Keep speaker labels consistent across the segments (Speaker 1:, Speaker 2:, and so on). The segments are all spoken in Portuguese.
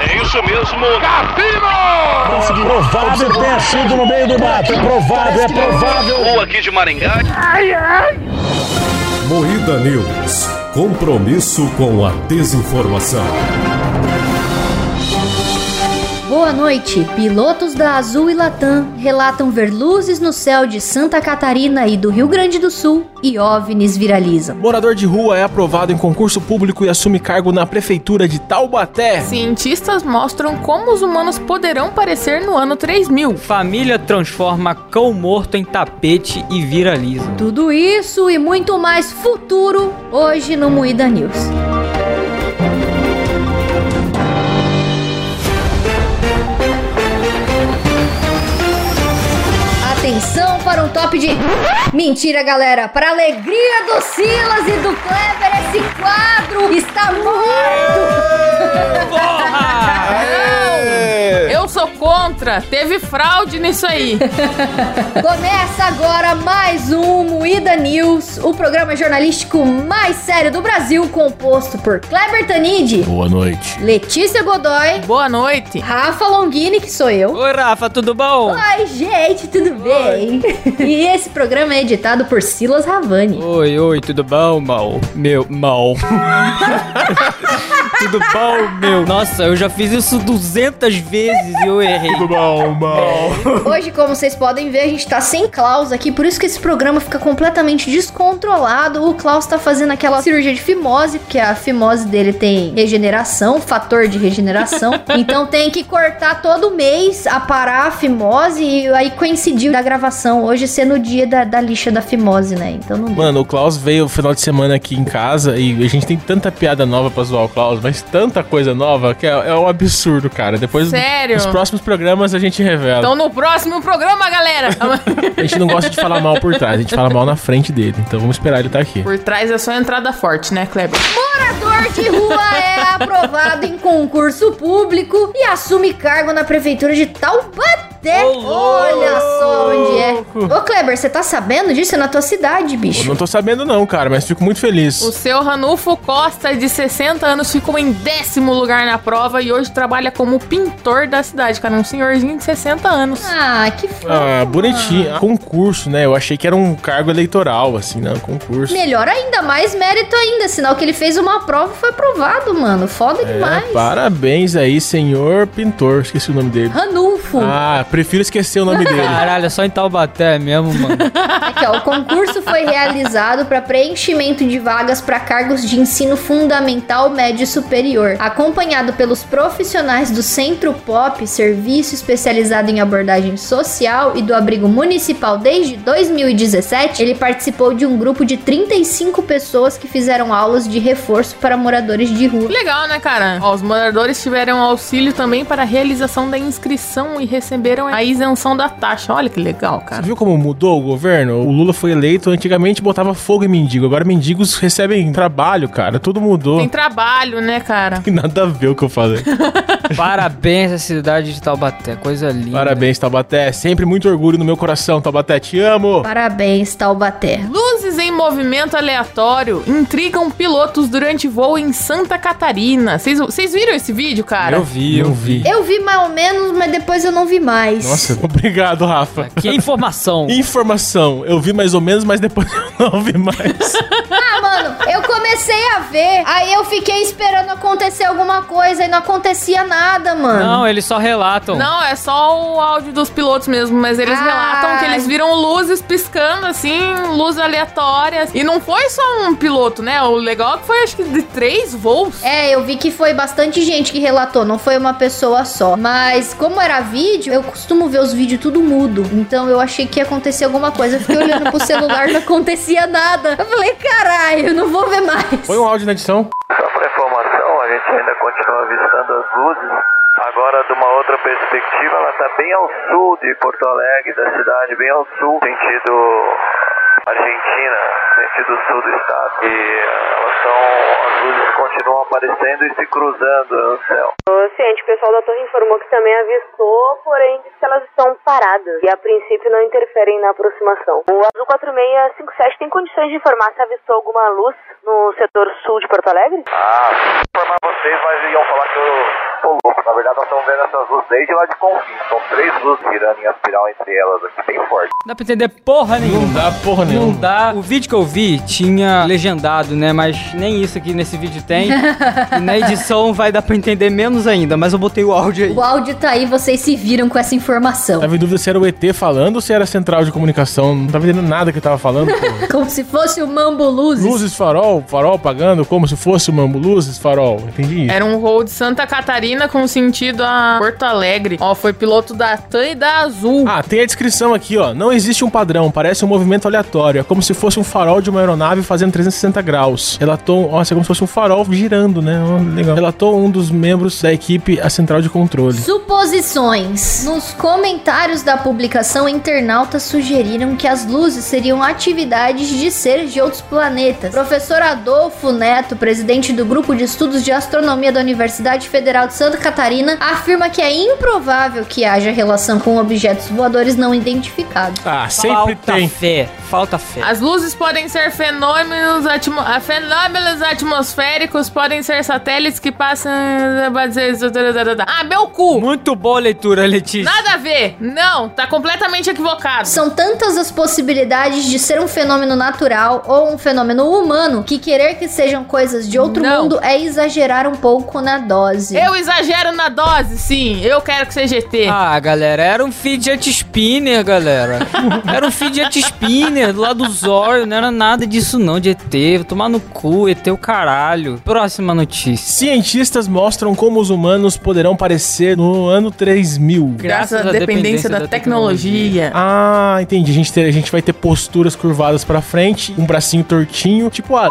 Speaker 1: É isso mesmo, Cassino!
Speaker 2: Conseguiu. Provável ter sido no meio do mato. É provável, é provável.
Speaker 1: Ou aqui de Maringá.
Speaker 3: Moída News. Compromisso com a desinformação.
Speaker 4: Boa noite. Pilotos da Azul e Latam relatam ver luzes no céu de Santa Catarina e do Rio Grande do Sul e OVNIs viralizam.
Speaker 5: Morador de rua é aprovado em concurso público e assume cargo na prefeitura de Taubaté.
Speaker 6: Cientistas mostram como os humanos poderão parecer no ano 3000.
Speaker 7: Família transforma cão morto em tapete e viraliza.
Speaker 4: Tudo isso e muito mais futuro hoje no Moída News. Atenção para um top de. Mentira, galera! Para alegria do Silas e do Kleber, esse quadro está morto!
Speaker 6: Eu sou contra. Teve fraude nisso aí.
Speaker 4: Começa agora mais um Moída News, o programa jornalístico mais sério do Brasil, composto por Kleber Tanid,
Speaker 5: Boa noite.
Speaker 4: Letícia Godoy,
Speaker 6: Boa noite.
Speaker 4: Rafa Longini, que sou eu.
Speaker 7: Oi, Rafa, tudo bom?
Speaker 4: Oi, gente, tudo bem? E esse programa é editado por Silas Ravani.
Speaker 7: Oi, oi, tudo bom, mal? Meu, mal. tudo bom, meu? Nossa, eu já fiz isso 200 vezes e eu errei.
Speaker 5: Tudo bom, mal?
Speaker 4: Hoje, como vocês podem ver, a gente tá sem Klaus aqui, por isso que esse programa fica completamente descontrolado. O Klaus tá fazendo aquela cirurgia de fimose, porque a fimose dele tem regeneração, fator de regeneração. então tem que cortar todo mês, aparar a fimose, e aí coincidiu da gravação hoje ser no dia da, da lixa da fimose, né? Então não deu.
Speaker 5: Mano, o Klaus veio final de semana aqui em casa e a gente tem tanta piada nova pra zoar o Klaus, mas tanta coisa nova que é, é um absurdo, cara. Depois
Speaker 6: Sério?
Speaker 5: nos próximos programas a gente revela.
Speaker 6: Então no próximo programa, galera.
Speaker 5: A gente não gosta de falar mal por trás, a gente fala mal na frente dele. Então vamos esperar ele estar aqui.
Speaker 6: Por trás é só entrada forte, né, Kleber?
Speaker 4: Morador de rua é aprovado em concurso público e assume cargo na prefeitura de Taubaté.
Speaker 7: Ô,
Speaker 4: Olha só onde é.
Speaker 5: louco.
Speaker 4: Ô, Kleber, você tá sabendo disso? É na tua cidade,
Speaker 5: Eu
Speaker 4: bicho.
Speaker 5: não tô sabendo não, cara, mas fico muito feliz.
Speaker 6: O seu Ranulfo Costa, de 60 anos, ficou em décimo lugar na prova e hoje trabalha como pintor da cidade, cara. Um senhorzinho de 60 anos.
Speaker 4: Ah, que foda.
Speaker 5: Ah, bonitinho. Ah, Concurso, né? Eu achei que era um cargo eleitoral, assim, né? Concurso.
Speaker 4: Melhor ainda, mais mérito ainda. Sinal que ele fez uma prova e foi aprovado, mano. Foda demais.
Speaker 5: É, parabéns aí, senhor pintor. Esqueci o nome dele.
Speaker 4: Ranulfo.
Speaker 5: Ah, prefiro esquecer o nome dele.
Speaker 7: Caralho, é só em Taubaté mesmo, mano.
Speaker 4: Aqui, ó, o concurso foi realizado para preenchimento de vagas para cargos de ensino fundamental, médio e superior, acompanhado pelos profissionais do Centro Pop, serviço especializado em abordagem social e do abrigo municipal desde 2017. Ele participou de um grupo de 35 pessoas que fizeram aulas de reforço para moradores de rua.
Speaker 6: Legal, né, cara? Ó, os moradores tiveram auxílio também para a realização da inscrição e receberam a isenção da taxa. Olha que legal,
Speaker 5: Você
Speaker 6: cara.
Speaker 5: viu como mudou o governo? O Lula foi eleito, antigamente botava fogo em mendigo, agora mendigos recebem trabalho, cara. Tudo mudou.
Speaker 6: Tem trabalho, né, cara?
Speaker 5: Nada a ver o que eu falei.
Speaker 7: Parabéns à cidade de Taubaté, coisa linda.
Speaker 5: Parabéns, Taubaté. Sempre muito orgulho no meu coração, Taubaté. Te amo.
Speaker 4: Parabéns, Taubaté.
Speaker 6: Luzes em movimento aleatório intrigam pilotos durante voo em Santa Catarina. Vocês- Vocês viram esse vídeo, cara?
Speaker 7: Eu vi, eu vi.
Speaker 4: Eu vi mais ou menos, mas depois eu não vi mais.
Speaker 5: Nossa, obrigado, Rafa.
Speaker 7: Que informação.
Speaker 5: Informação. Eu vi mais ou menos, mas depois eu não vi mais.
Speaker 4: Ah, mano, eu comecei a ver, aí eu fiquei esperando acontecer alguma coisa e não acontecia nada, mano.
Speaker 7: Não, eles só relatam.
Speaker 6: Não, é só o áudio dos pilotos mesmo, mas eles
Speaker 4: Ah.
Speaker 6: relatam que eles viram luzes piscando, assim, luz aleatórias. E não foi só um piloto, né? O legal é que foi, acho que, de três voos.
Speaker 4: É, eu vi que foi bastante gente que relatou, não foi uma pessoa só. Mas como era vídeo, eu costumo ver os vídeos tudo mudo. Então eu achei que ia acontecer alguma coisa. Eu fiquei olhando pro celular, não acontecia nada. Eu falei, caralho, eu não vou ver mais.
Speaker 5: Põe um áudio na edição.
Speaker 8: Só para informação, a gente ainda continua avistando as luzes. Agora, de uma outra perspectiva, ela está bem ao sul de Porto Alegre, da cidade, bem ao sul, sentido Argentina, sentido sul do estado. E eh, elas são, as luzes continuam aparecendo e se cruzando no céu.
Speaker 9: Ô, Ciente, o pessoal da torre informou que também avistou, porém diz que elas estão paradas e a princípio não interferem na aproximação. O Azul 4657 tem condições de informar se avistou alguma luz no setor sul de Porto Alegre?
Speaker 8: Ah, informar vocês, mas iam falar que eu sou louco. Na verdade, nós estamos vendo essas luzes desde lá de Confins. São três luzes girando em espiral entre elas aqui, bem forte.
Speaker 7: Não dá pra entender porra nenhuma.
Speaker 5: Não dá porra nenhuma.
Speaker 7: Não dá. O vídeo que eu vi tinha legendado, né? Mas nem isso aqui nesse vídeo tem. E na edição vai dar pra entender menos ainda, mas eu botei o áudio aí.
Speaker 4: O áudio tá aí, vocês se viram com essa informação.
Speaker 5: Tava em dúvida se era o ET falando ou se era a central de comunicação. Não tava entendendo nada que tava falando, pô.
Speaker 4: Como se fosse o Mambo Luzes.
Speaker 5: É. Luzes, farol, farol apagando, como se fosse uma luzes, farol. Entendi isso.
Speaker 6: Era um voo de Santa Catarina com sentido a Porto Alegre. Ó, foi piloto da TAM e da Azul.
Speaker 5: Ah, tem a descrição aqui, ó. Não existe um padrão, parece um movimento aleatório. É como se fosse um farol de uma aeronave fazendo 360 graus. Relatou, nossa, é como se fosse um farol girando, né? Ó, legal. Relatou um dos membros da equipe à central de controle.
Speaker 4: Suposições. Nos comentários da publicação, internautas sugeriram que as luzes seriam atividades de seres de outros planetas. Professor Adolfo Neto, presidente do grupo de estudos de astronomia da Universidade Federal de Santa Catarina, afirma que é improvável que haja relação com objetos voadores não identificados.
Speaker 5: Ah, sempre
Speaker 7: Falta
Speaker 5: tem.
Speaker 7: fé. Falta fé.
Speaker 6: As luzes podem ser fenômenos, atmo- ah, fenômenos atmosféricos, podem ser satélites que passam. eh, Ah, meu cu!
Speaker 7: Muito boa a leitura, Letícia.
Speaker 6: Nada a ver! Não, tá completamente equivocado.
Speaker 4: São tantas as possibilidades de ser um fenômeno natural ou um fenômeno humano que querer que sejam coisas de outro
Speaker 6: Não.
Speaker 4: mundo é exagerar um pouco na dose.
Speaker 6: Eu exagero na dose, sim. Eu quero que seja ET.
Speaker 7: Ah, galera, era um fidget spinner, galera. Era um fidget spinner lá do Zóio, não era nada disso não, de ET. Vou tomar no cu, ET o caralho. Próxima notícia.
Speaker 5: Cientistas mostram como os humanos poderão parecer no ano 3000.
Speaker 6: Graças à dependência da, tecnologia.
Speaker 5: Ah, entendi. A gente, ter- a gente vai ter posturas curvadas pra frente, um bracinho tortinho, tipo a.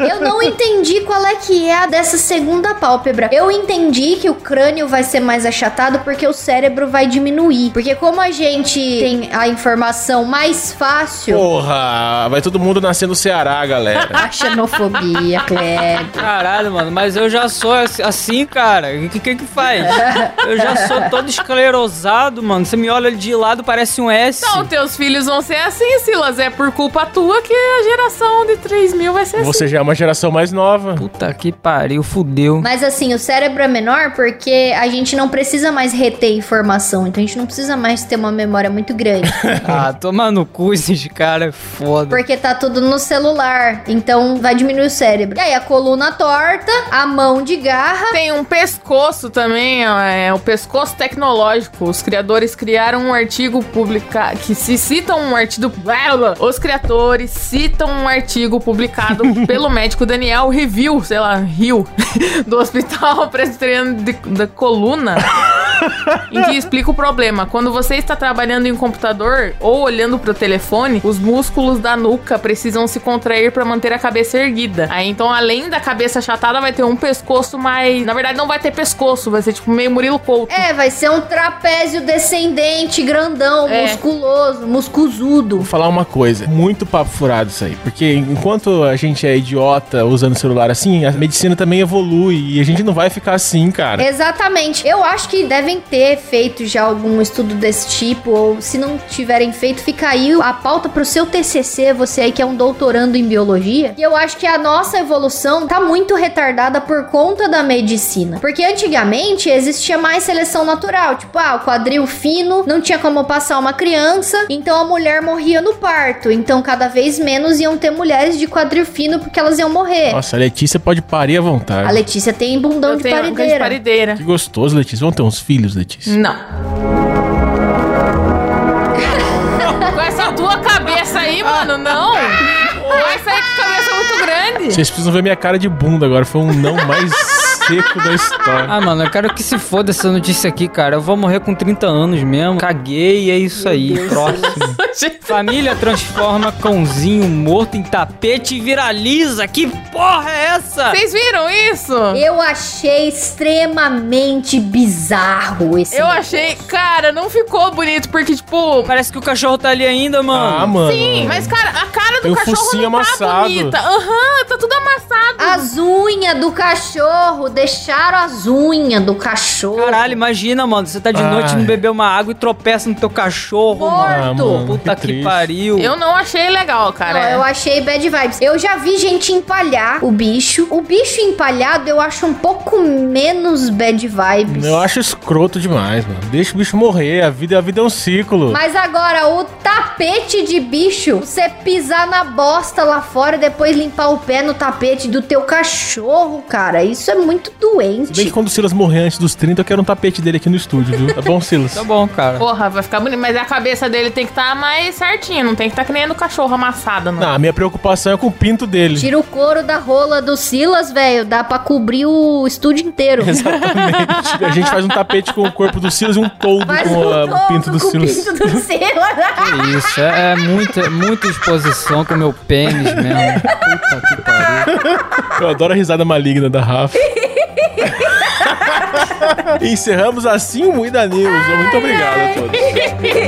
Speaker 4: Eu não entendi qual é que é a dessa segunda pálpebra. Eu entendi que o crânio vai ser mais achatado porque o cérebro vai diminuir. Porque como a gente tem a informação mais fácil,
Speaker 5: Porra, vai todo mundo nascer no Ceará, galera.
Speaker 4: a xenofobia, Kleber.
Speaker 7: Caralho, mano, mas eu já sou ass- assim, cara. O que, que que faz? Eu já sou todo esclerosado, mano. Você me olha de lado, parece um S.
Speaker 6: Então, teus filhos vão ser assim, Silas. É por culpa tua que a geração de 3 mil vai ser assim.
Speaker 5: Você já é uma geração mais nova.
Speaker 7: Puta que pariu, fudeu.
Speaker 4: Mas assim, o cérebro é menor porque a gente não precisa mais reter informação. Então a gente não precisa mais ter uma memória muito grande.
Speaker 7: Ah, toma no cu esses caras, foda.
Speaker 4: Porque tá tudo no celular. Então vai diminuir o cérebro. E aí a coluna torta, a mão de garra.
Speaker 6: Tem um pescoço também, ó, é o pescoço tecnológico. Os criadores criaram um artigo publicado que se citam um artigo. blá, blá. Os criadores citam um artigo publicado pelo médico Daniel Review, sei lá, Rio, do Hospital Presbiteriano de- da Coluna. em que explica o problema. Quando você está trabalhando em um computador ou olhando para o telefone, os músculos da nuca precisam se contrair para manter a cabeça erguida. Aí então, além da cabeça achatada, vai ter um pescoço mais. Na verdade, não vai ter pescoço, vai ser tipo meio Murilo Couto.
Speaker 4: É, vai ser um trapézio descendente, grandão,
Speaker 6: É.
Speaker 4: musculoso,
Speaker 5: Vou
Speaker 4: muscuzudo.
Speaker 5: falar uma coisa, muito papo furado isso aí, porque enquanto a gente é idiota usando celular assim, a medicina também evolui e a gente não vai ficar assim, cara.
Speaker 4: Exatamente. Eu acho que devem ter feito já algum estudo desse tipo, ou se não tiverem feito, fica aí a pauta pro seu TCC, você aí que é um doutorando em biologia. E eu acho que a nossa evolução tá muito retardada por conta da medicina. Porque antigamente existia mais seleção natural, tipo, ah, o quadril fino, não tinha como passar uma criança, então a mulher morria no parto. Então cada vez menos iam ter mulheres de quadril fino porque elas iam morrer.
Speaker 5: Nossa, a Letícia pode parir à
Speaker 4: É. A
Speaker 5: vontade.
Speaker 4: Letícia tem bundão
Speaker 6: Eu
Speaker 4: de
Speaker 6: tenho um
Speaker 4: parideira.
Speaker 6: grande parideira.
Speaker 5: Que gostoso, Letícia. Vão ter uns filhos,
Speaker 6: Hum.
Speaker 5: Letícia.
Speaker 6: Não. Com essa tua cabeça aí, mano, não. Vai sair com a cabeça muito grande.
Speaker 5: Vocês precisam ver minha cara de bunda agora. Foi um não mais seco da história.
Speaker 7: Ah, mano, eu quero que se foda essa notícia aqui, cara. Eu vou morrer com 30 anos mesmo. Caguei, é isso aí. Próximo. Família transforma cãozinho morto em tapete e viraliza. Que porra é essa?
Speaker 6: Vocês viram isso?
Speaker 4: Eu achei extremamente bizarro esse.
Speaker 6: Eu achei, cara, não ficou bonito, porque, tipo.
Speaker 7: Parece que o cachorro tá ali ainda,
Speaker 5: Ah,
Speaker 7: mano.
Speaker 5: mano.
Speaker 6: Sim, mas, cara, a cara
Speaker 5: Tem
Speaker 6: do
Speaker 5: o
Speaker 6: cachorro
Speaker 5: focinho
Speaker 6: não tá
Speaker 5: amassado.
Speaker 6: bonita. Aham, tá tudo amassado.
Speaker 4: As unhas do cachorro deixaram as unhas do cachorro.
Speaker 7: Caralho, imagina, mano. Você tá de
Speaker 5: Ai.
Speaker 7: noite, não bebeu uma água e tropeça no teu cachorro, mano.
Speaker 5: Ah, mano,
Speaker 7: Puta que,
Speaker 5: triste.
Speaker 7: pariu.
Speaker 6: Eu não achei legal, cara. é.
Speaker 4: Não, eu achei bad vibes. Eu já vi gente empalhar o bicho. O bicho empalhado eu acho um pouco menos bad vibes.
Speaker 5: Eu acho escroto demais, mano. Deixa o bicho morrer. A vida, a vida é um ciclo.
Speaker 4: Mas agora, o tapete de bicho, você pisar na bosta lá fora e depois limpar o pé no tapete do teu cachorro, cara, isso é muito
Speaker 5: Se bem que
Speaker 4: doente.
Speaker 5: quando o Silas morrer antes dos 30, eu quero um tapete dele aqui no estúdio, viu? Tá bom, Silas?
Speaker 7: Tá bom, cara.
Speaker 6: Porra, vai ficar bonito. Mas a cabeça dele tem que estar mais certinha. Não tem que estar que nem a do cachorro amassada, não.
Speaker 5: Não, a minha preocupação é com o pinto dele.
Speaker 4: Tira o couro da rola do Silas, velho, dá pra cobrir o estúdio inteiro.
Speaker 5: Exatamente. A gente faz um tapete com o corpo do Silas e um toldo
Speaker 4: Faz
Speaker 5: com
Speaker 4: um
Speaker 5: ah,
Speaker 4: todo
Speaker 5: o pinto do
Speaker 4: com o
Speaker 5: Silas.
Speaker 4: pinto do Silas.
Speaker 7: Que Isso, é, é muita, muita exposição com o meu pênis mesmo. Puta que pariu.
Speaker 5: Eu adoro a risada maligna da Rafa. Encerramos assim o Muida News. Muito obrigado a todos.